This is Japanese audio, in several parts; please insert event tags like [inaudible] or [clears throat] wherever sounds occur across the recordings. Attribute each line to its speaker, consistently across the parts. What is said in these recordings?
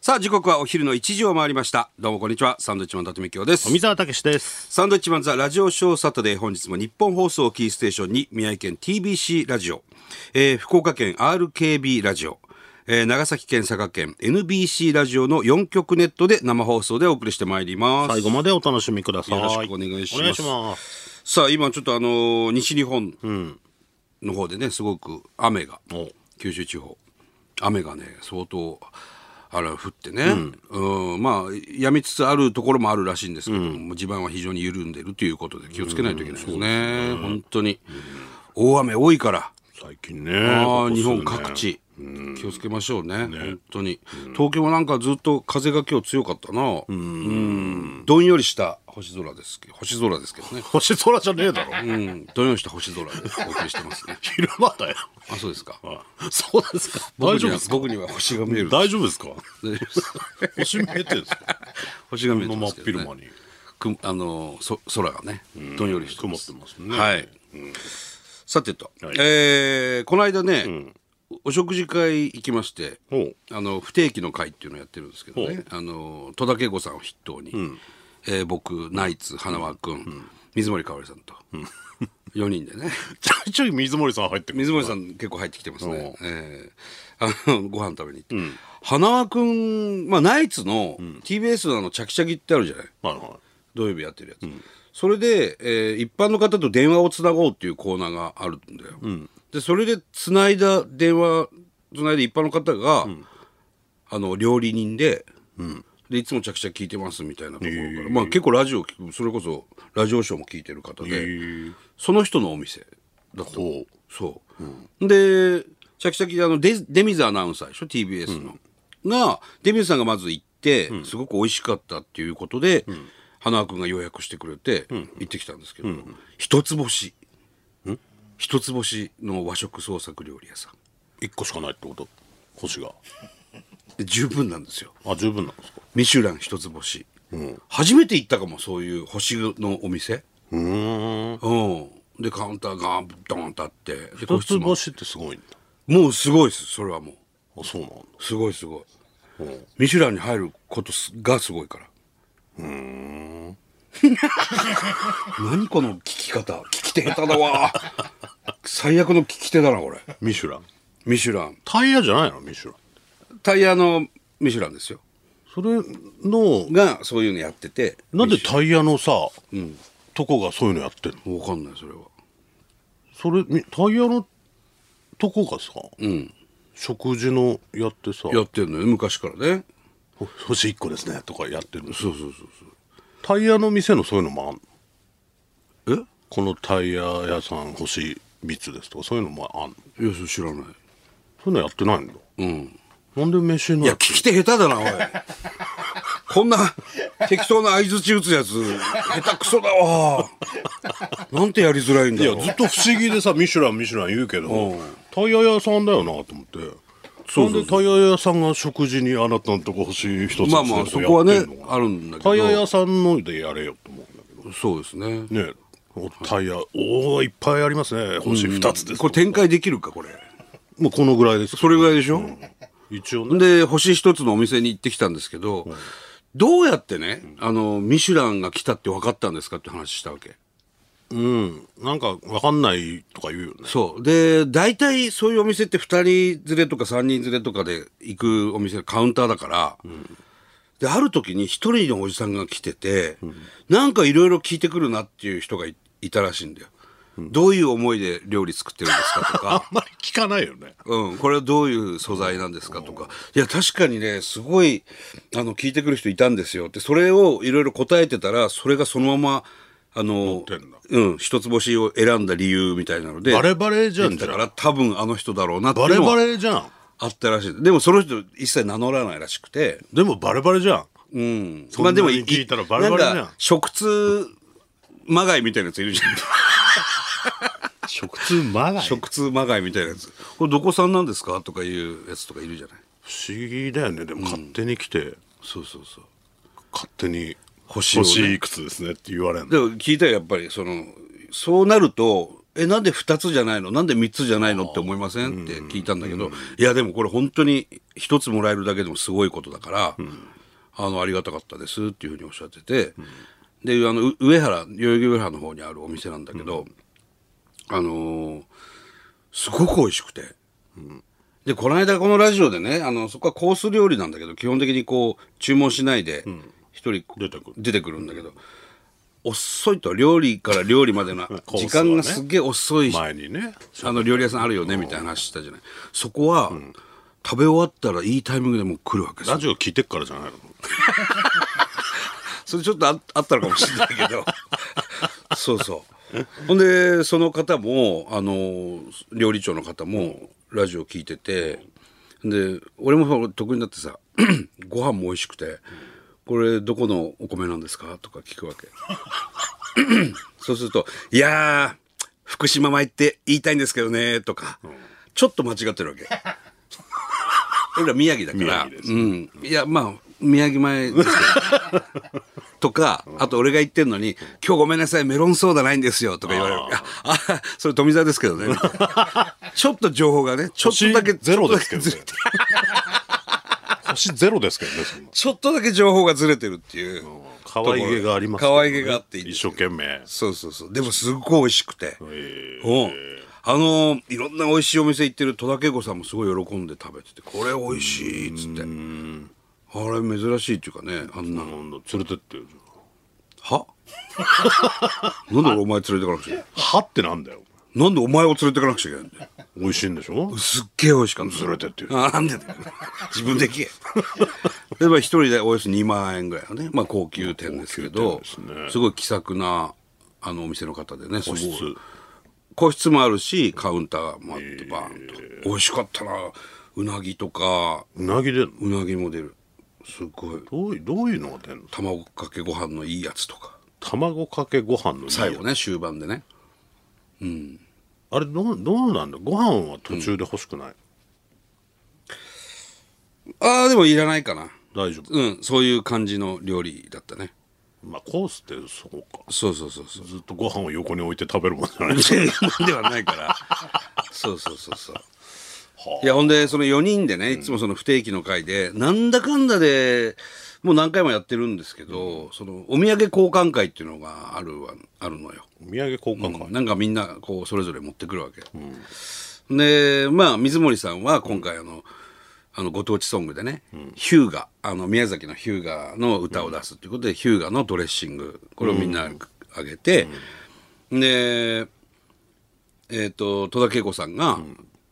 Speaker 1: さあ時刻はお昼の1時を回りましたどうもこんにちはサンドウィッチマン伊達美京です
Speaker 2: 富澤たけしです
Speaker 1: サンドウィッチマンザラジオショーサタデー本日も日本放送をキーステーションに宮城県 TBC ラジオ、えー福岡県 RKB ラジオ、えー長崎県佐賀県 NBC ラジオの4局ネットで生放送でお送りしてまいります
Speaker 2: 最後までお楽しみください
Speaker 1: よろしくお願いします
Speaker 2: お願いします
Speaker 1: さあ今ちょっとあのー西日本の方でねすごく雨が、
Speaker 2: お
Speaker 1: 九州地方雨がね相当あら降ってね、うんまあやみつつあるところもあるらしいんですけども、地盤は非常に緩んでるということで気をつけないといけないですね、本当に、大雨多いから
Speaker 2: 最近ね
Speaker 1: あ
Speaker 2: ここ
Speaker 1: ー
Speaker 2: 数
Speaker 1: 日本
Speaker 2: 年
Speaker 1: 各地、気をつけましょうね本当に、東京もなんかずっと風が今日強かったなうんどんよりした星空ですけど星空ですけどね、
Speaker 2: 星空じゃねえ
Speaker 1: [laughs]
Speaker 2: だろ
Speaker 1: うん、どんよりした星空でお送りしてますね
Speaker 2: 昼間だよ
Speaker 1: あそうですか
Speaker 2: そうですか
Speaker 1: 僕
Speaker 2: 大
Speaker 1: に
Speaker 2: 丈
Speaker 1: は
Speaker 2: 夫ですか
Speaker 1: 僕には星が見える
Speaker 2: 大丈夫で
Speaker 1: [laughs]
Speaker 2: すか
Speaker 1: 大丈夫です
Speaker 2: 星見えてるんですか
Speaker 1: 星が見え
Speaker 2: こ
Speaker 1: て
Speaker 2: の
Speaker 1: ま
Speaker 2: 真
Speaker 1: す
Speaker 2: っ
Speaker 1: けど、
Speaker 2: 昼
Speaker 1: ね、
Speaker 2: 間に
Speaker 1: くあのそ空がねどんよりして
Speaker 2: 曇
Speaker 1: ま
Speaker 2: っ
Speaker 1: す
Speaker 2: てますね
Speaker 1: はい、さてと、
Speaker 2: はい
Speaker 1: えーこの間ね、お食事会行きまして
Speaker 2: ほう
Speaker 1: あの不定期の会っていうのをやってるんですけど
Speaker 2: ほ
Speaker 1: ねあの戸田恵子さんを筆頭に、えー僕ナイツ花輪君、水森かおりさんと、4人で [laughs] ね
Speaker 2: ちょいちょい水森さん入ってくる
Speaker 1: 水森さん結構入ってきてますね、えーあのご飯食べに行って、花輪君、まあ、ナイツの TBS のあのチャキチャキってあるじゃない
Speaker 2: はいは
Speaker 1: 土曜日やってるやつ、それで、えー一般の方と電話をつなごうっていうコーナーがあるんだよ、でそれでつないだ電話つないで一般の方が、あの料理人で,、でいつもちゃくちゃ聞いてますみたいなところから、まあ、結構ラジオ聞くそれこそラジオショーも聞いてる方で、
Speaker 2: いへー
Speaker 1: その人のお店だった
Speaker 2: ほう
Speaker 1: そう、でシャキシャキであのデデミズアナウンサーでしょ TBS の、がデミズさんがまず行って、すごく美味しかったっていうことで、花輪君が予約してくれて、行ってきたんですけど、一つ星、一つ星の和食創作料理屋さん
Speaker 2: 一個しかないってこと星が
Speaker 1: で十分なんですよ
Speaker 2: あ十分なんですか
Speaker 1: ミシュラン一つ星、初めて行ったかもそういう星のお店
Speaker 2: うーん
Speaker 1: うんでカウンターがドーンとあってで個
Speaker 2: 一
Speaker 1: 室
Speaker 2: つ
Speaker 1: も
Speaker 2: 星ってすごいんだ
Speaker 1: もうすごいですそれはもう
Speaker 2: あそうなんだ
Speaker 1: すごいすごい
Speaker 2: ほう
Speaker 1: ミシュランに入ることすがすごいからうん何この聞き方聞き手下手だわ最悪の聞き手だなこれ
Speaker 2: ミシュラン
Speaker 1: ミシュラン
Speaker 2: タイヤじゃないのミシュラン
Speaker 1: タイヤのミシュランですよ
Speaker 2: それの
Speaker 1: がそういうのやってて
Speaker 2: なんでタイヤのさ、とこがそういうのやってんの
Speaker 1: 分かんないそれは
Speaker 2: それみタイヤのとこがさ、
Speaker 1: ん
Speaker 2: 食事のやってさ
Speaker 1: やってんのよ昔からね
Speaker 2: ほ星1個ですねとかやってるの
Speaker 1: そうそうそう
Speaker 2: タイヤの店のそういうのもあんの
Speaker 1: そう
Speaker 2: このタイヤ屋さん星3つですとかそういうのもあんの
Speaker 1: えいやそれ知らない
Speaker 2: そういうのやってないんだ
Speaker 1: うん
Speaker 2: なんで飯の
Speaker 1: いや聞き手下手だなおいこんな適当な相づち打つやつ下手くそだわなんてやりづらいんだ
Speaker 2: い
Speaker 1: ろ
Speaker 2: や
Speaker 1: う
Speaker 2: [laughs] ずっと不思議でさ「ミシュランミシュラン」言うけど、タイヤ屋さんだよなと思って
Speaker 1: そうそうそう
Speaker 2: なんでタイヤ屋さんが食事にあなたのとこ星1つです
Speaker 1: まあまあそこはね
Speaker 2: とかやってんのかな
Speaker 1: あるんだけど
Speaker 2: タイヤ屋さんのでやれよと思うんだけど
Speaker 1: そうですね
Speaker 2: ねおタイヤおおいっぱいありますね星2つです
Speaker 1: これ展開できるかこれ
Speaker 2: もうこのぐらいです
Speaker 1: それぐらいでしょ、
Speaker 2: 一応ね
Speaker 1: で星一つのお店に行ってきたんですけど、どうやってねあのミシュランが来たって分かったんですかって話したわけ
Speaker 2: うんなんかわかんないとか言うよね [laughs]
Speaker 1: そうで大体そういうお店って2人連れとか3人連れとかで行くお店のカウンターだから、である時に1人のおじさんが来てて、なんかいろいろ聞いてくるなっていう人がいいたらしいんだよ、どういう思いで料理作ってるんですかとか
Speaker 2: [laughs] あんまり聞かないよね
Speaker 1: うん、これはどういう素材なんですかとか、いや、確かにね、すごい、あの、聞いてくる人いたんですよって、それをいろいろ答えてたら、それがそのまま、あの
Speaker 2: ってんだ、
Speaker 1: うん、一つ星を選んだ理由みたいなので、
Speaker 2: バレバレじゃんじ
Speaker 1: だ
Speaker 2: ゃ
Speaker 1: か
Speaker 2: ん
Speaker 1: ら多分あの人だろうなってい
Speaker 2: バ
Speaker 1: う
Speaker 2: レ
Speaker 1: の
Speaker 2: バ
Speaker 1: は
Speaker 2: レじゃん
Speaker 1: あったらしい。でもその人一切名乗らないらしくて、
Speaker 2: でもバレバレじゃん
Speaker 1: うん。
Speaker 2: そんなに聞いたらバレバレじゃん
Speaker 1: なんか食通まがいみたいなやついるじゃん。 [laughs]
Speaker 2: 食通まだ不
Speaker 1: 食通まがいみたいなやつ。これどこさんなんですかとかいうやつとかいるじゃない。
Speaker 2: 思議だよねでも勝手に来て、
Speaker 1: そうそうそう。
Speaker 2: 勝手に
Speaker 1: 星をね
Speaker 2: 星いくつですねって言われんの
Speaker 1: でも聞いたらやっぱりそのそうなるとえなんで2つじゃないのなんで3つじゃないのって思いませんって聞いたんだけど、いやでもこれ本当に1つもらえるだけでもすごいことだから、あのありがたかったですっていうふうにおっしゃってて、であのう上原代々木上原の方にあるお店なんだけど、あのーすごく美味しくて。で、この間このラジオでね、あの、そこはコース料理なんだけど、基本的にこう、注文しないで、一人
Speaker 2: 出てくる
Speaker 1: 出てくるんだけど、遅いと、料理から料理までの
Speaker 2: [laughs] コースはね
Speaker 1: 時間がすっげえ遅いし、
Speaker 2: 前にね
Speaker 1: あの、料理屋さんあるよね、みたいな話したじゃない。そこは、食べ終わったらいいタイミングでもう来るわけです
Speaker 2: ラ
Speaker 1: よ。
Speaker 2: ジオ聞いてっからじゃないの
Speaker 1: それちょっとああったのかもしれない
Speaker 2: [laughs]
Speaker 1: けど、そうそう。ほんで、その方も、あの、料理長の方も、ラジオ聞いてて、で、俺も得意になってさ、 [clears throat] ご飯も美味しくて、これどこのお米なんですかとか聞くわけ。 [clears throat] そうすると、いやー、福島米って言いたいんですけどね、とか、ちょっと間違ってるわ
Speaker 2: [laughs]
Speaker 1: け。俺ら宮城だから、
Speaker 2: 宮城で
Speaker 1: うん。いや、まあ、宮城米ですけどとか、あと俺が言ってんのに、今日ごめんなさい、メロンソーダないんですよ、とか言われる。ああ、それ富澤ですけ
Speaker 2: [laughs]
Speaker 1: どね。みたいなちょっと情報がね、ちょっとだけ、
Speaker 2: 星ゼロですけ
Speaker 1: ちょっ
Speaker 2: ど
Speaker 1: とだず
Speaker 2: ね
Speaker 1: れて
Speaker 2: [laughs] 星ゼロですけどねそんな
Speaker 1: ちょっとだけ情報がずれてるっていう。
Speaker 2: 可愛げがありますけど
Speaker 1: 可
Speaker 2: ね
Speaker 1: 愛げがあっていいんです
Speaker 2: 一
Speaker 1: よ
Speaker 2: 生懸命
Speaker 1: そうそうそう。でもすっごい美味しくて。
Speaker 2: えー
Speaker 1: うんあのいろんな美味しいお店行ってる戸田恵子さんもすごい喜んで食べててこれ美味しいっつってあれ珍しいっていうかねあんな
Speaker 2: なんだ連れてってよじゃ
Speaker 1: は [laughs] なんで俺お前連れてかなくちゃいけない
Speaker 2: あ歯ってなんだよ
Speaker 1: なんでお前を連れてかなくちゃいけないんだよ
Speaker 2: 美味しいんでしょ
Speaker 1: すっげえ美味しかった
Speaker 2: 連れてってよ
Speaker 1: あなんでだよ自分で消えでまあ一人でおよそ2万円ぐらいのね、まあ、高級店ですけど
Speaker 2: 高級店ですね
Speaker 1: ごい気さくなあのお店の方でねすごい
Speaker 2: 個室
Speaker 1: 個室もあるしカウンターもあってバーンと、美味しかったなうなぎとか
Speaker 2: うなぎでんの
Speaker 1: うなぎも出るすごい
Speaker 2: どういどういうのが出んの
Speaker 1: 卵かけご飯のいいやつとか
Speaker 2: 卵かけご飯のいいやつ
Speaker 1: 最後ね終盤でね
Speaker 2: あれどうどうなんだご飯は途中で欲しくない、
Speaker 1: ああでもいらないかな
Speaker 2: 大丈夫
Speaker 1: うんそういう感じの料理だったね
Speaker 2: まあコースってそうか
Speaker 1: そうそうそう
Speaker 2: [laughs]
Speaker 1: そう
Speaker 2: ずっとご飯を横に置いて食べるもんじゃない
Speaker 1: ではないから。そうそうそうそう。いやほんでその4人でねいつもその不定期の会で、なんだかんだでもう何回もやってるんですけど、そのお土産交換会っていうのがあるわあるのよ、
Speaker 2: お土産交換会、
Speaker 1: なんかみんなこうそれぞれ持ってくるわけ、でまあ水森さんは今回あの、あのご当地ソングでね、ヒューガあの宮崎のヒューガの歌を出すということで、ヒューガのドレッシングこれをみんなあげて、でえっ、と戸田恵子さんが、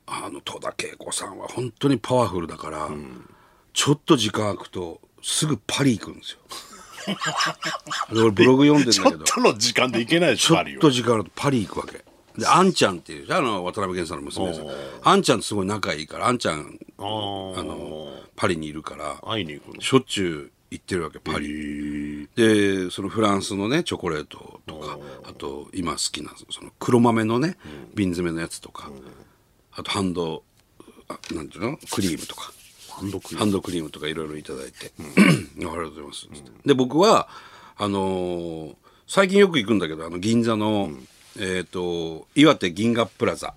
Speaker 1: あの戸田恵子さんは本当にパワフルだから、ちょっと時間空くとすぐパリ行くんですよ [laughs] で俺ブログ読んでん
Speaker 2: ち
Speaker 1: だ
Speaker 2: ょ
Speaker 1: け
Speaker 2: っ
Speaker 1: ど
Speaker 2: との時間でいけないでし
Speaker 1: ち
Speaker 2: ょ
Speaker 1: ょ
Speaker 2: パ
Speaker 1: っ
Speaker 2: リは
Speaker 1: と時間あるとパリ行くわけ。で、あんちゃんっていう、あの、渡辺謙さんの娘さん
Speaker 2: おー。
Speaker 1: あんちゃんとすごい仲いいから、あんちゃん、
Speaker 2: あー
Speaker 1: パリにいるから、
Speaker 2: 会いに行くの
Speaker 1: しょっちゅう行ってるわけ、パリ。で、そのフランスのね、チョコレートとか、あと、今好きな、その黒豆のね、瓶詰めのやつとか、あと、ハンド、あなんていうのクリームとか。
Speaker 2: ハンドクリー
Speaker 1: ハンドクリームとかいろいろいただいて、 [clears throat] ありがとうございます、つってで僕はあのー最近よく行くんだけどあの銀座の、えっ、と岩手銀河プラザ、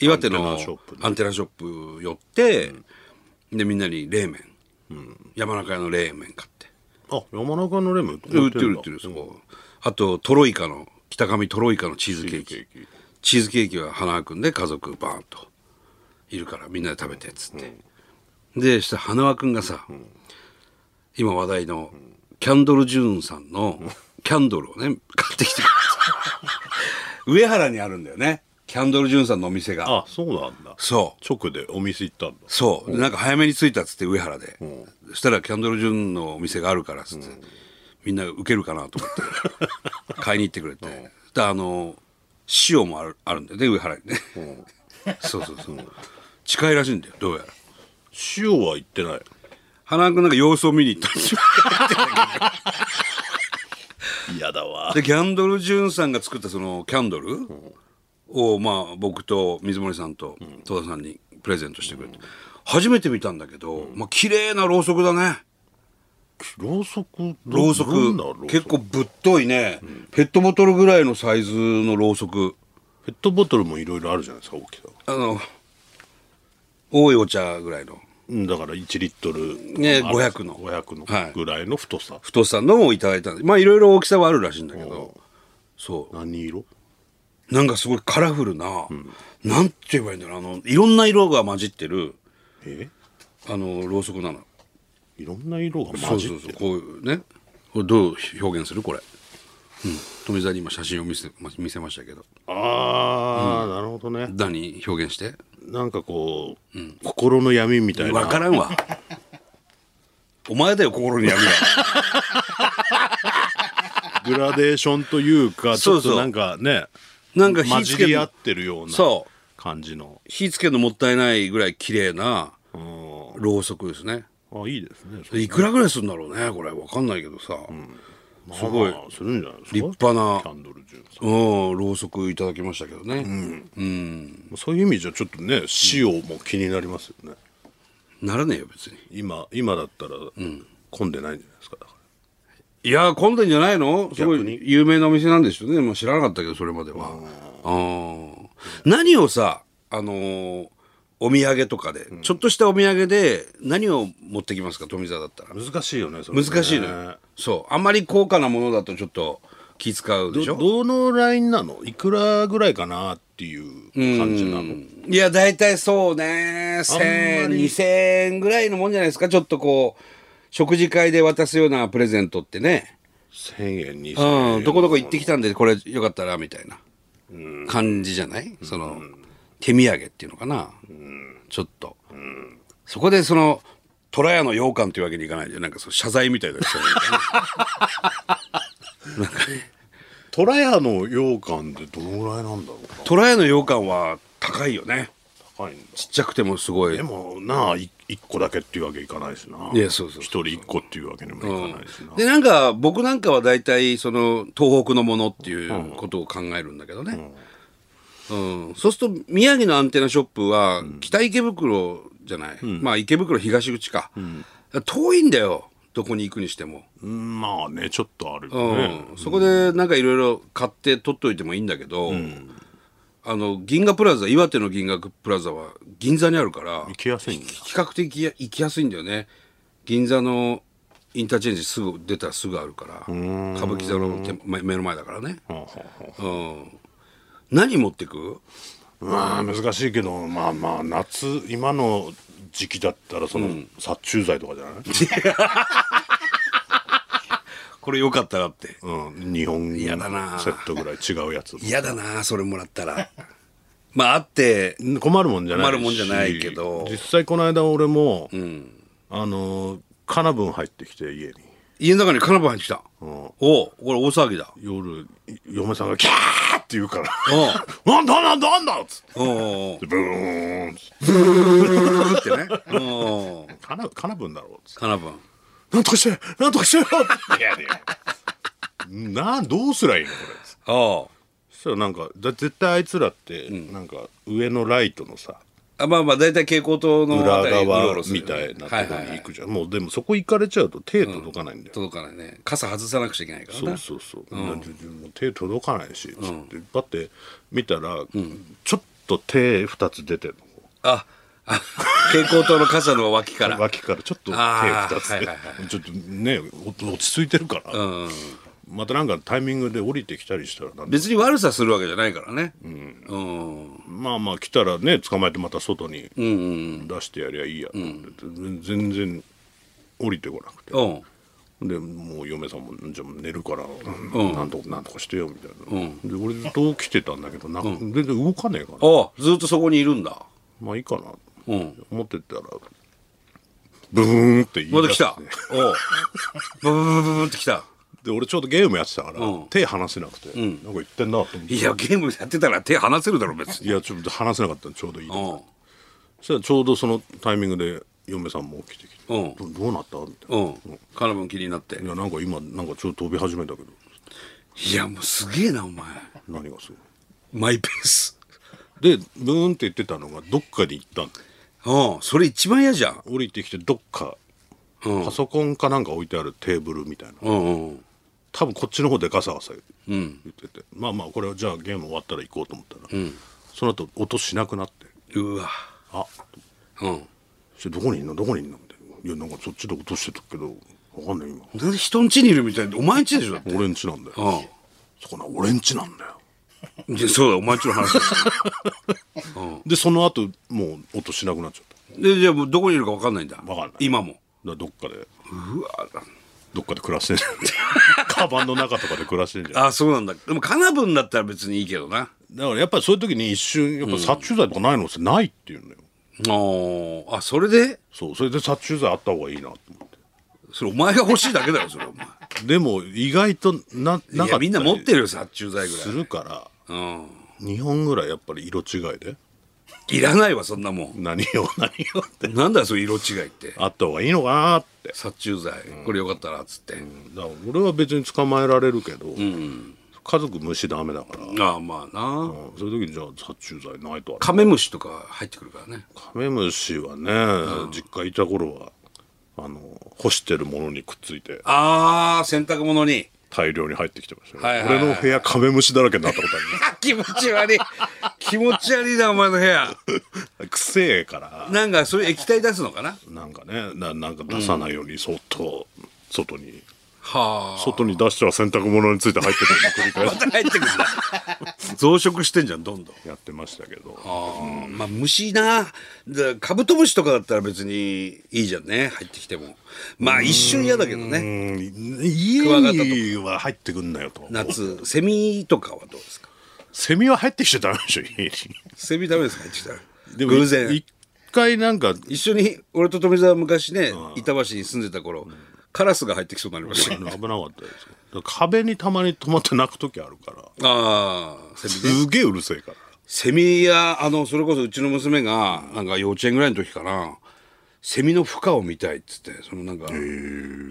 Speaker 1: 岩手のア
Speaker 2: アンテナショッ
Speaker 1: ン
Speaker 2: プね
Speaker 1: テナショップ寄って、でみんなに冷麺、山中屋の冷麺買って
Speaker 2: ムあ山中のレム売って
Speaker 1: 売
Speaker 2: ん
Speaker 1: って
Speaker 2: だ
Speaker 1: る売ってるそこあとトロイカの北上トロイカのチーズケーキ
Speaker 2: チーズケーキ
Speaker 1: チーズケーキは花輪君で家族バーンといるからみんなで食べてっつって、でしたら花輪君がさ、今話題のキャンドル・ジューンさんのキャンドルをね買ってきてくれた上原にあるんだよねキャンドル・ジューンさんのお店が
Speaker 2: あそうなんだ
Speaker 1: そう
Speaker 2: 直でお店行ったんだ
Speaker 1: そう。でなんか早めに着いたっつって上原で。そしたらキャンドル・ジュンのお店があるからっつって、みんな受けるかなと思 [laughs] って、買いに行ってくれて。そしたらあの、塩もあるあるんだよね、上原にね。 [laughs] そうそうそう。近いらしいんだよ、どうやら。
Speaker 2: 塩は行ってない
Speaker 1: 花輪君なんか様子を見に行ったん [laughs] ですよ。
Speaker 2: 嫌だわ
Speaker 1: で、キャンドル・ジュンさんが作ったそのキャンドルを、まあ僕と水森さんと戸田さんにプレゼントしてくれて。初めて見たんだけど、まあ綺麗なろうそくだね。
Speaker 2: ろうそくど
Speaker 1: ろうそ
Speaker 2: ど
Speaker 1: く
Speaker 2: んなろうそく
Speaker 1: 結構ぶっといね、ペットボトルぐらいのサイズのろうそく
Speaker 2: ペットボトルもいろいろあるじゃないですか大きさ
Speaker 1: あの多いお茶ぐらいの
Speaker 2: うんだから1リットル
Speaker 1: ね
Speaker 2: ある
Speaker 1: 500の
Speaker 2: 500の
Speaker 1: はい
Speaker 2: ぐらいの太さ、
Speaker 1: 太さのをいただいたんでまあいろいろ大きさはあるらしいんだけどそ
Speaker 2: 何色
Speaker 1: うなんかすごいカラフルな、なんて言えばいいんだろうあのいろんな色が混じってる
Speaker 2: え
Speaker 1: あのろうそくなの
Speaker 2: いろんな色が
Speaker 1: そ
Speaker 2: 混
Speaker 1: う
Speaker 2: じって
Speaker 1: そうそう
Speaker 2: る
Speaker 1: こういうねこれどう表現するこれ、うん、富澤に今写真を見せま見せましたけど
Speaker 2: ああ、なるほどね
Speaker 1: 何表現して
Speaker 2: なんかこう、心の闇みたい
Speaker 1: わ
Speaker 2: な
Speaker 1: からんわお前だよ心に闇が
Speaker 2: グラデーションというか
Speaker 1: [laughs]
Speaker 2: ち
Speaker 1: そ
Speaker 2: ょ
Speaker 1: う
Speaker 2: っ
Speaker 1: そう
Speaker 2: となんかね
Speaker 1: なんか火
Speaker 2: 混
Speaker 1: つ
Speaker 2: じ
Speaker 1: け
Speaker 2: り合
Speaker 1: の
Speaker 2: ってるような
Speaker 1: そう
Speaker 2: 感じの
Speaker 1: 火つけるのもったいないぐらい綺麗な
Speaker 2: うん
Speaker 1: ろうそくですね
Speaker 2: あいいですね
Speaker 1: いくらぐらいするんだろうねこれわかんないけどさ、
Speaker 2: まあ
Speaker 1: すごい
Speaker 2: まあするんじゃないですか
Speaker 1: 立派な
Speaker 2: キャンドルジュース
Speaker 1: うんろうそくいただきましたけどね、うん
Speaker 2: そういう意味じゃちょっとね死をも気になりますよね、
Speaker 1: ならねえよ別に
Speaker 2: 今今だったら混んでないんじゃないですかだか
Speaker 1: いやー混んでんじゃないのすご
Speaker 2: 逆に
Speaker 1: い有名なお店なんでしょうねもう知らなかったけどそれまではあー何をさあのーお土産とかで、ちょっとしたお土産で何を持ってきますか富澤だったら
Speaker 2: ら難しいよねそれね
Speaker 1: 難しいのよ、そうあんまり高価なものだとちょっと気使うでしょ
Speaker 2: どどのラインなのいくらぐらいかなっていう感じなの、
Speaker 1: いや、大体そうね、1000円、2000円ぐらいのもんじゃないですか、ちょっとこう、食事会で渡すようなプレゼントってね、
Speaker 2: 1000円2000円、
Speaker 1: うん、どこどこ行ってきたんで、これよかったら、みたいな感じじゃないその、手土産っていうのかな、ちょっと。そこで、その、虎屋の羊羹というわけにいかないで、なんかその謝罪みたいな人がいる [laughs] ね
Speaker 2: トラヤの羊羹ってどのぐらいなんだろうな
Speaker 1: 虎屋の羊羹は高いよね。
Speaker 2: 高いんだ
Speaker 1: ちっちゃくてもすごい
Speaker 2: で。もなあい一個だけっていうわけいかないしない
Speaker 1: やそうそうそう
Speaker 2: 一人一個っていうわけにもいかないしな、
Speaker 1: でなんか僕なんかは大体その東北のものっていうことを考えるんだけどね、うんそうすると宮城のアンテナショップは北池袋じゃない、まあ池袋東口か,、遠いんだよどこに行くにしても、
Speaker 2: うんまあねちょっとあるよ
Speaker 1: うん
Speaker 2: ね、
Speaker 1: そこでなんかいろいろ買って取っといてもいいんだけど、あの銀河プラザ岩手の銀河プラザは銀座にあるから
Speaker 2: 行きやすいんだ
Speaker 1: 比較的行きやすいんだよね銀座のインターチェンジすぐ出たらすぐあるから歌舞伎座の手前目の前だからね、
Speaker 2: はあはあは
Speaker 1: うん、何持ってく
Speaker 2: あまあ難しいけどまあまあ夏今の時期だったらその、殺虫剤とかじゃない、
Speaker 1: これよかったらって
Speaker 2: うん、日本セ
Speaker 1: 嫌だな
Speaker 2: ットぐらい違うやつ
Speaker 1: 嫌だなそれもらったらまああって
Speaker 2: 困るもんじゃないし
Speaker 1: 困るもんじゃないけど
Speaker 2: 実際この間俺も、あのカナブン入ってきて家に
Speaker 1: 家の中にカナバ入ってきた、おおうこれ大騒ぎだ
Speaker 2: 夜嫁さんが「キャー!」って言うから
Speaker 1: おう
Speaker 2: 「 [laughs] なんだなんだなんだ!」っつって
Speaker 1: おうおう
Speaker 2: ブーンっつって
Speaker 1: おうってねおう
Speaker 2: カナカナブンだろうっつって
Speaker 1: カナバン
Speaker 2: なんとかしてなんとかしてよいやいやなどうすりゃいいのこれっつって
Speaker 1: おう
Speaker 2: そしたらなんかだ絶対あいつらって、なんか上のライトのさ
Speaker 1: あまあまあ大体蛍光灯の
Speaker 2: 裏
Speaker 1: あたりうろう
Speaker 2: 側
Speaker 1: ろするよ
Speaker 2: みた
Speaker 1: ね
Speaker 2: いなとこ
Speaker 1: はいはい
Speaker 2: ろ
Speaker 1: は
Speaker 2: に
Speaker 1: い
Speaker 2: 行くじゃん、もうでもそこ行かれちゃうと手届かないんだよ、
Speaker 1: 届かないね傘外さなくちゃいけないから
Speaker 2: そう
Speaker 1: な
Speaker 2: そうそう、なんでもう手届かないし、つってパッて見たら、ちょっと手2つ出てる
Speaker 1: ああ蛍光灯の傘の脇から
Speaker 2: 脇からちょっと手
Speaker 1: あー
Speaker 2: 2つ
Speaker 1: はい
Speaker 2: で、
Speaker 1: はいは
Speaker 2: ちょっとねお落ち着いてるから、
Speaker 1: うん
Speaker 2: またなんかタイミングで降りてきたりしたらなんで
Speaker 1: 別に悪さするわけじゃないからねうん
Speaker 2: まあまあ来たらね捕まえてまた外に
Speaker 1: うんうん
Speaker 2: 出してやりゃいいやと思って、全然降りてこなくて
Speaker 1: うん
Speaker 2: でもう嫁さんも「じゃあ寝るから、
Speaker 1: ん
Speaker 2: なんとかなんとかしてよ」みたいな、で俺ずっと起きてたんだけどなんか全然動かねえから、
Speaker 1: あずっとそこにいるんだ
Speaker 2: まあいいかなと
Speaker 1: うん
Speaker 2: 思ってたらブーンって言
Speaker 1: ま
Speaker 2: い
Speaker 1: た
Speaker 2: 出
Speaker 1: 来
Speaker 2: して、
Speaker 1: たおうブブブブブって来た
Speaker 2: で俺ちょうどゲームやってたから、
Speaker 1: うん
Speaker 2: 手離せなくて、なんか言ってんなと思って
Speaker 1: いやゲームやってたら手離せるだろ別に
Speaker 2: いやちょっと離せなかったのちょうどいい
Speaker 1: うん
Speaker 2: そしたらちょうどそのタイミングで嫁さんも起きてきて「
Speaker 1: うん
Speaker 2: どどうなった?」みたいな「
Speaker 1: うんカナブン気になって
Speaker 2: いやなんか今なんかちょっと飛び始めたけど
Speaker 1: いやもうすげえなお前
Speaker 2: 何がすごい?
Speaker 1: マイペース」
Speaker 2: でブーンって言ってたのがどっかに行ったの
Speaker 1: うんそれ一番嫌じゃん
Speaker 2: 降りてきてどっか、
Speaker 1: うん
Speaker 2: パソコンかなんか置いてあるテーブルみたいな
Speaker 1: うんうん
Speaker 2: 多分こっちの方でガサガサ
Speaker 1: う
Speaker 2: 言
Speaker 1: ん
Speaker 2: ってて、まあまあこれはじゃあゲーム終わったら行こうと思ったら、その後音しなくなって
Speaker 1: うわ
Speaker 2: あ
Speaker 1: うん
Speaker 2: それどこにいんのどこにいんのみたいないやなんかそっちで落としてたけどわかんない今
Speaker 1: なんで人ん家にいるみたいなお前ん家でしょだって
Speaker 2: 俺んちなんだよ、
Speaker 1: うん
Speaker 2: そこな俺んちなんだよ
Speaker 1: いやそうだお前んちの話だ
Speaker 2: でその後もう音しなくなっちゃった
Speaker 1: でじゃあもうどこにいるか分かんないんだ
Speaker 2: 分かんない
Speaker 1: 今も
Speaker 2: だからどっかで
Speaker 1: うわ
Speaker 2: どっかで暮らしてんじ
Speaker 1: [laughs]
Speaker 2: ゃんカバンの中とかで暮らしてんじゃん
Speaker 1: あそうなんだでもカナブンだったら別にいいけどな
Speaker 2: だからやっぱりそういう時に一瞬やっぱ殺虫剤とかないのってないっていうんだよ
Speaker 1: あーあそれで
Speaker 2: そうそれで殺虫剤あった方がいいなと思って
Speaker 1: それお前が欲しいだけだよそれお前
Speaker 2: でも意外とななか
Speaker 1: いや
Speaker 2: ったり
Speaker 1: [laughs] みんな持ってるよ殺虫剤ぐら
Speaker 2: するから
Speaker 1: い、うん、
Speaker 2: 2本ぐらいやっぱり色違いで
Speaker 1: いらないわそんなもん
Speaker 2: 何を [laughs] 何をって
Speaker 1: なんだよその色違いって
Speaker 2: あった方がいいのかなって
Speaker 1: 殺虫剤これよかったらっつって、
Speaker 2: だから俺は別に捕まえられるけど、家族虫ダメだから、
Speaker 1: ああまあな、
Speaker 2: うんそういう時にじゃあ殺虫剤ないとあれ
Speaker 1: カメムシとか入ってくるからね
Speaker 2: カメムシはね、実家いた頃はあの干してるものにくっついて
Speaker 1: ああ洗濯物に [laughs]
Speaker 2: 大量に入ってきてましたよ、
Speaker 1: はいはいはい
Speaker 2: 俺の部屋カメムシだらけになったことありま
Speaker 1: あ気持ち悪い気持ち悪いなお前の部屋
Speaker 2: すくせえから
Speaker 1: なんかそういう液体出すのかな
Speaker 2: なんかねななんか出さないようにそっと、外に
Speaker 1: はあ
Speaker 2: 外に出しては洗濯物について入ってくるの繰り返
Speaker 1: ま
Speaker 2: した
Speaker 1: 入ってくるんだ [laughs] 増殖してんじゃんどんどん
Speaker 2: やってましたけど
Speaker 1: ああまあ虫なだカブトムシとかだったら別にいいじゃんね入ってきてもまあ一瞬嫌だけど
Speaker 2: う
Speaker 1: ね
Speaker 2: ん
Speaker 1: クワガタとか
Speaker 2: 家には入ってくんなよと
Speaker 1: 夏セミとかはどうですか
Speaker 2: セミは入ってきちゃダメでしょ家に
Speaker 1: セミダメですか入ってきたら
Speaker 2: で
Speaker 1: 偶然
Speaker 2: 一回なんか
Speaker 1: 一緒に俺と富澤昔ね板橋に住んでた頃カラスが入ってきそうになりました
Speaker 2: あ
Speaker 1: よ
Speaker 2: の危なかったですよだから壁にたまに止まって泣く時あるから
Speaker 1: ああセミね
Speaker 2: すげえうるせえから
Speaker 1: セミやあのそれこそうちの娘がなんか幼稚園ぐらいの時かなセミの孵化を見たいっつってそのなんか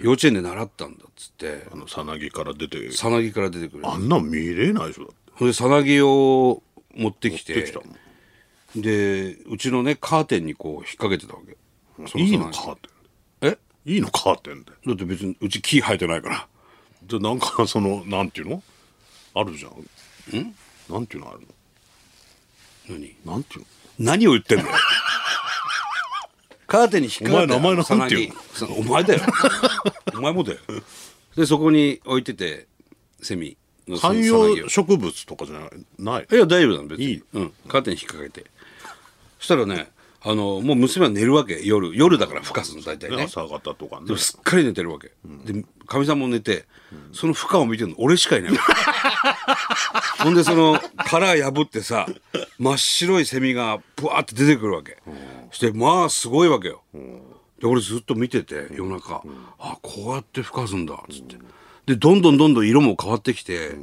Speaker 1: 幼稚園で習ったんだっつって
Speaker 2: あのさなぎから出て
Speaker 1: さなぎから出てくる
Speaker 2: あんなん見れないでしょだっ
Speaker 1: それでさなぎを持ってき
Speaker 2: てで
Speaker 1: て
Speaker 2: きたもん
Speaker 1: でうちのねカーテンにこう引っ掛けてたわけそ
Speaker 2: いいの
Speaker 1: さな
Speaker 2: カーテ
Speaker 1: ぎえ
Speaker 2: ンいいのカーテンで
Speaker 1: だって別にうち木生えてないから
Speaker 2: じゃあなんかそのなんていうのあるじゃんなんていうのある
Speaker 1: 何
Speaker 2: のなんていう
Speaker 1: 何を言ってんの [laughs] カーテンに引っ掛けて
Speaker 2: お前名前なんて言うの
Speaker 1: さなぎお前だよお前もだよでそこに置いててセミの
Speaker 2: の
Speaker 1: さな
Speaker 2: 観
Speaker 1: ぎを
Speaker 2: 葉植物とかじゃないない
Speaker 1: いや大丈夫なの別に
Speaker 2: いい
Speaker 1: うん、カーテン引っ掛けてそしたらねあのもう娘は寝るわけ夜夜だから孵化するの大体
Speaker 2: ね
Speaker 1: ね
Speaker 2: 朝方とかね
Speaker 1: でもすっかり寝てるわけ、でかみさんも寝て、その負荷を見てるの俺しかいないわ
Speaker 2: [laughs]
Speaker 1: けほんでその殻破ってさ真っ白いセミがブワーって出てくるわけ、してまあすごいわけよ、で俺ずっと見てて夜中、あこうやって孵化すんだっつって、でどんどんどんどん色も変わってきて、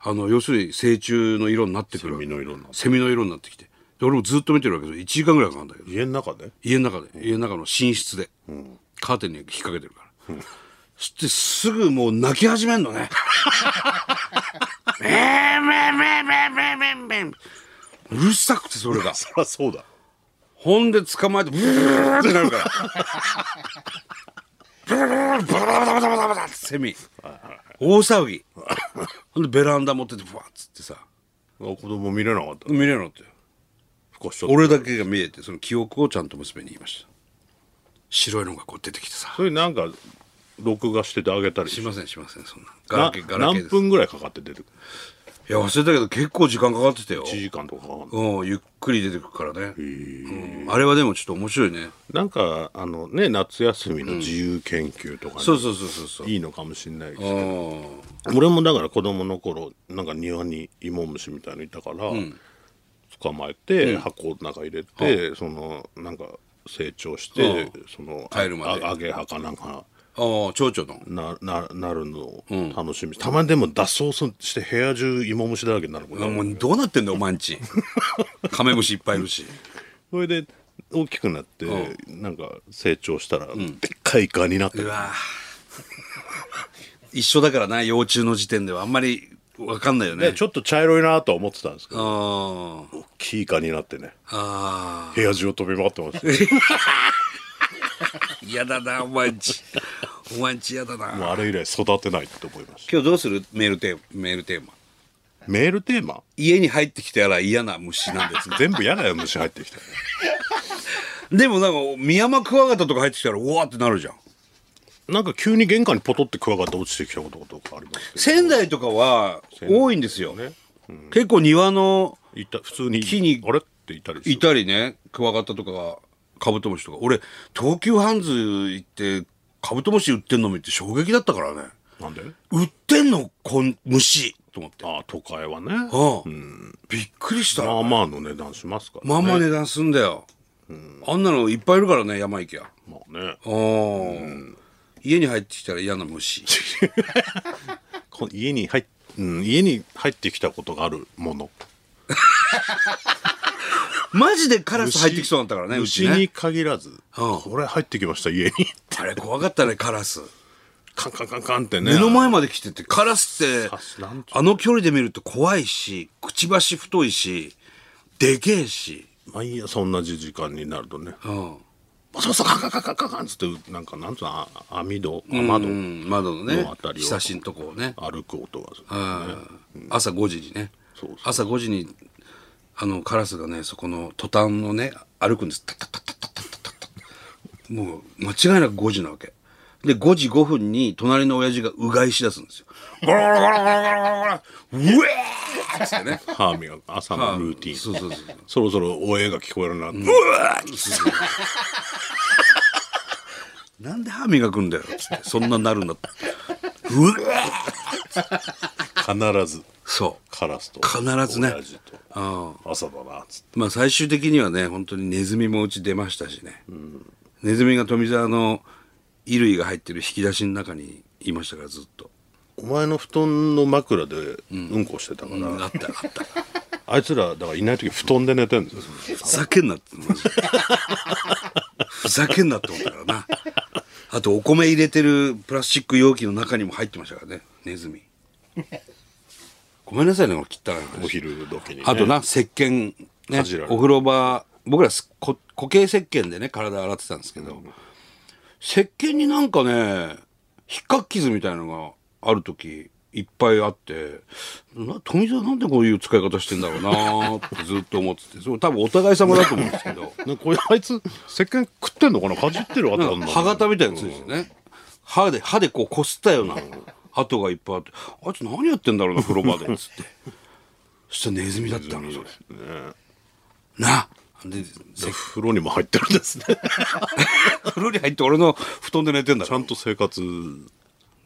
Speaker 1: あの要するに成虫の色になってくるわけ
Speaker 2: セミの色になって
Speaker 1: セミの色になってきてで俺もずっと見てるわけです1時間ぐらいかかるんだけど
Speaker 2: 家の中で
Speaker 1: 家の中で、家の中の寝室で、カーテンに引っ掛けてるから、そしてすぐもう泣き始めんのね「めんめんめんめんめんめんめん」うるさくてそれが
Speaker 2: そりゃそうだ
Speaker 1: ほんで捕まえてブーってなるからブーブーブラブラブラブラブラってセミ大騒ぎほんでベランダ持ってってブワッつってさ
Speaker 2: 子供見れなかった
Speaker 1: 見れるのって
Speaker 2: 孵化しちゃった
Speaker 1: 俺だけが見えてその記憶をちゃんと娘に言いました白いのがこう出てきてさ
Speaker 2: それなんか録画しててあげたり
Speaker 1: しませんしませんそんなガラ
Speaker 2: な
Speaker 1: ケーガラケー
Speaker 2: 何
Speaker 1: です
Speaker 2: 分ぐらいかかって出てくる
Speaker 1: いや忘れたけど結構時間かかってたよ
Speaker 2: 1時間とかかかんの
Speaker 1: うんゆっくり出てくるからね、うんあれはでもちょっと面白いね
Speaker 2: なんかあのね夏休みの自由研究とかね、
Speaker 1: そうそうそうそうそう
Speaker 2: いいのかもしれない
Speaker 1: う
Speaker 2: けど
Speaker 1: ん
Speaker 2: 俺もだから子供の頃なんか庭に芋虫みたいのいたから、捕まえて、箱の中入れて、そのなんか成長して、そのあ
Speaker 1: 帰るまで
Speaker 2: あ揚げ葉かなんか
Speaker 1: ああ蝶々の
Speaker 2: なななるのを楽しみ、たまにでも脱走すして部屋中芋虫だらけになるもんね、
Speaker 1: もうどうなってんだよお前んち [laughs] カメムシいっぱいいるし
Speaker 2: それで大きくなって、なんか成長したら、でっかいイカになって
Speaker 1: うわ一緒だからな幼虫の時点ではあんまり分かんないよね
Speaker 2: でちょっと茶色いなとは思ってたんですけど
Speaker 1: あー
Speaker 2: 大きいイカになってね
Speaker 1: あ [laughs]
Speaker 2: 部屋中を飛び回ってました
Speaker 1: ー嫌だなお前んちお前んち嫌だな
Speaker 2: もうあれ以来育てないって思いました
Speaker 1: 今日どうするメールテーマメールテーマ
Speaker 2: メールテーマ
Speaker 1: 家に入ってきたら嫌な虫なんです
Speaker 2: 全部嫌だよ虫入ってきたら
Speaker 1: [laughs] でもなんかミヤマクワガタとか入ってきたらうわーってなるじゃん
Speaker 2: なんか急に玄関にポトってクワガタ落ちてきたこととかありますけど
Speaker 1: 仙台とかは多いんですよ、
Speaker 2: ね
Speaker 1: 結構庭の
Speaker 2: いた普通に
Speaker 1: 木に
Speaker 2: あれっていたりする
Speaker 1: いたりねクワガタとかがカブトムシとか俺東急ハンズ行ってカブトムシ売ってんの見て衝撃だったからね
Speaker 2: なんで
Speaker 1: 売ってんのこん虫と思って
Speaker 2: ああ都会はね
Speaker 1: ああ、びっくりした
Speaker 2: まあまあの値段しますからね
Speaker 1: まあまあ値段すんだよ、あんなのいっぱいいるからね山行きゃ
Speaker 2: まあね
Speaker 1: ああ、家に入ってきたら嫌な虫
Speaker 2: こ家に入っうん、家に入ってきたことがあるもの
Speaker 1: マジでカラス入ってきそうだったからねうち
Speaker 2: 虫
Speaker 1: ね
Speaker 2: に限らず、これ入ってきました家に
Speaker 1: あれ怖かったねカラス
Speaker 2: カンカンカンカンってね
Speaker 1: 目の前まで来ててカラスって
Speaker 2: さすなんて
Speaker 1: あの距離で見ると怖いしくちばし太いしでけえし、
Speaker 2: 毎朝同じ時間になるとね
Speaker 1: うん
Speaker 2: ボソボソカンカンカンカンカンカンっつってなんかなんつうのあ網戸雨戸、
Speaker 1: うん、窓のね
Speaker 2: のあたりを
Speaker 1: 久しんとこをね、
Speaker 2: 歩く音がする、
Speaker 1: うん、朝5時にね
Speaker 2: そうそう
Speaker 1: 朝5時にあのカラスがねそこのトタンをね歩くんですタッタッタッタッタッタッタッタッもう間違いなく5時なわけで5時5分に隣の親父がうがいしだすんですよゴロゴロゴロゴロゴロゴロゴロうえーっつってね
Speaker 2: 歯磨く朝のルーティン
Speaker 1: そうそうそう
Speaker 2: そろそろおえが聞こえるな、うわー
Speaker 1: なんで歯磨くんだよつってそんななるんだってうわ
Speaker 2: 必ず
Speaker 1: そう
Speaker 2: カラスと
Speaker 1: 必ずね
Speaker 2: 親父と朝だなっつって
Speaker 1: まあ最終的にはね本当にネズミもうち出ましたしね、ネズミが富澤の衣類が入ってる引き出しの中にいましたからずっと、
Speaker 2: お前の布団の枕でうんこしてたから、
Speaker 1: あったあった
Speaker 2: あいつらだからいない時布団で寝てるんですよ
Speaker 1: ふざけんなってマジでふざけんなって思ったからなあとお米入れてるプラスチック容器の中にも入ってましたからねネズミごめんなさいねこれ汚い話
Speaker 2: お昼時に、ね、
Speaker 1: あとな、石鹸ね
Speaker 2: かじら、れる
Speaker 1: お風呂場、僕らすこ固形石鹸でね、体洗ってたんですけど、石鹸になんかね、ひっかき傷みたいのがある時いっぱいあって、な富澤なんでこういう使い方してんだろうなってずっと思ってて、それ多分お互い様だと思うんです
Speaker 2: [laughs]
Speaker 1: けど、
Speaker 2: ねこれあいつ石鹸食ってんのかなかじってる跡あんの
Speaker 1: 歯型みたいなやつですよね。歯で、歯でこう擦ったような跡がいっぱいあって、あいつ何やってんだろうな、風呂場で、つって。そしたらネズミだったの、それ。なで、
Speaker 2: で風呂にも入ってるんですね
Speaker 1: 風呂に入って俺の布団で寝てんだ
Speaker 2: ちゃん
Speaker 1: ろ
Speaker 2: と生活い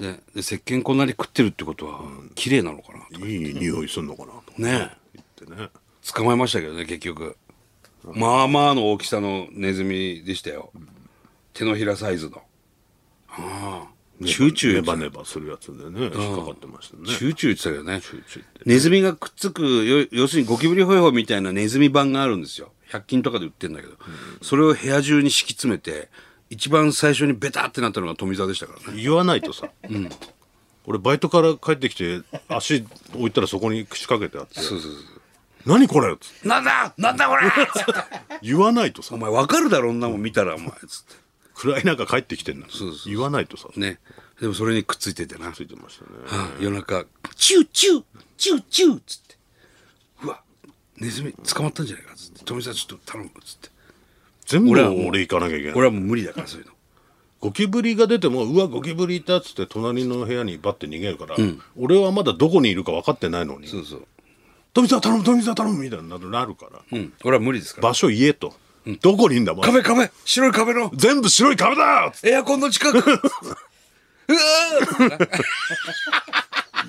Speaker 1: でで石鹸こんなに食ってるってことは綺麗なのかなと
Speaker 2: い匂いすんのかなと
Speaker 1: ね
Speaker 2: 言ってね
Speaker 1: 捕まえましたけどね結局まあまあの大きさのネズミでしたよ手のひらサイズのああチューチュー言
Speaker 2: ネ
Speaker 1: ってた
Speaker 2: バネバするやつでね引っかかってましたね
Speaker 1: チューチュー言ってたけどね
Speaker 2: ーチューって
Speaker 1: ネズミがくっつくよ要するにゴキブリホイホイみたいなネズミ版があるんですよ100均とかで売ってんだけど、それを部屋中に敷き詰めて一番最初にベタってなったのが富澤でしたからね
Speaker 2: 言わないとさ、俺バイトから帰ってきて足置いたらそこに口かけてあって
Speaker 1: そうそうそう
Speaker 2: 「何これ!」っつって
Speaker 1: なんだなんだこれ
Speaker 2: 言わないとさ
Speaker 1: お前わかるだろ、女も見たら、お前、つっ
Speaker 2: 暗い中帰ってきてんだ言わないとさ
Speaker 1: て。ね。でもそれにくっついててな。
Speaker 2: ついてましたね
Speaker 1: はあ夜中、チューチューチューチューつって。うわ、ネズミ捕まったんじゃないかつって。富澤ちょっと頼む、つって。
Speaker 2: 全部
Speaker 1: 俺
Speaker 2: 俺
Speaker 1: はもう
Speaker 2: 行かなきゃいけない
Speaker 1: 俺はもう無理だから、そういうの。
Speaker 2: ゴキブリが出ても「うわゴキブリいた」っつって隣の部屋にバッて逃げるから、俺はまだどこにいるか分かってないのに
Speaker 1: そうそう。
Speaker 2: 「富澤頼む富澤頼む」みたいになるなるから、
Speaker 1: うん。俺は無理ですから。
Speaker 2: 場所言えと、どこにいんだもん
Speaker 1: 壁壁白い壁の
Speaker 2: 全部白い壁だっつっ
Speaker 1: エアコンの近 [laughs] くうわー
Speaker 2: て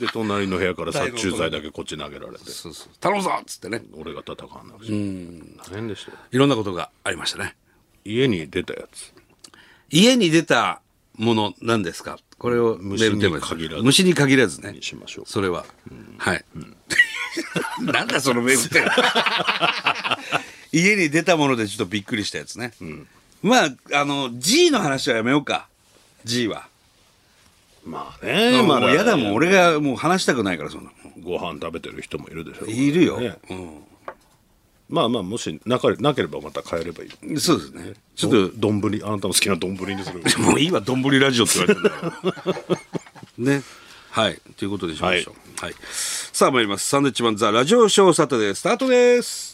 Speaker 2: で隣の部屋から殺虫剤だけこっち投げられて
Speaker 1: そうそう。頼むぞつってね。
Speaker 2: 俺が戦わなくちゃ大変でしたよ
Speaker 1: いろんなことがありましたね。
Speaker 2: 家に出たやつ
Speaker 1: 家に出たものなんですかこれをメールテーマ
Speaker 2: 虫に限らず
Speaker 1: 虫に限らずね
Speaker 2: にしましょう
Speaker 1: それは、はい、 [laughs] なんだそのメールテー
Speaker 2: [laughs]
Speaker 1: マ家に出たものでちょっとびっくりしたやつね、まああの G の話はやめようか G は、
Speaker 2: まあね
Speaker 1: もう
Speaker 2: まあ
Speaker 1: やだもん俺がもう話したくないからそんなの
Speaker 2: ご飯食べてる人もいるでしょう
Speaker 1: いるよ、
Speaker 2: ね
Speaker 1: うん
Speaker 2: まあまあもしなかれなければまた変えればいい
Speaker 1: そうですねち
Speaker 2: ち
Speaker 1: ょ
Speaker 2: ょ
Speaker 1: っ
Speaker 2: っ
Speaker 1: と
Speaker 2: と丼あなたの好きな丼にする
Speaker 1: [laughs] もういいわ、どんぶりラジオって言われてんだから [laughs] ね。はい。ということでしましょう。はい。さあ参ります。サンドウィッチマンザラジオショーサタデースタートです。